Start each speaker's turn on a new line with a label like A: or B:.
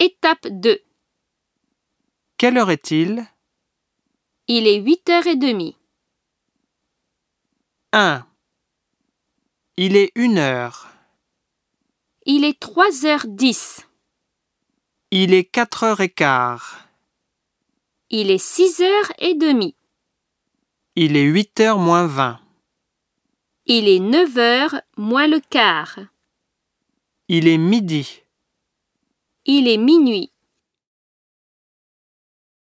A: Étape 2.
B: Quelle heure est-il
A: Il est 8h30.
B: 1. Il est une heure.
A: Il est 3h10.
B: Il est quatre heures et quart.
A: Il est 6h30.
B: Il est huit heures moins vingt.
A: Il est 9h moins le quart.
B: Il est midi.
A: Il est minuit.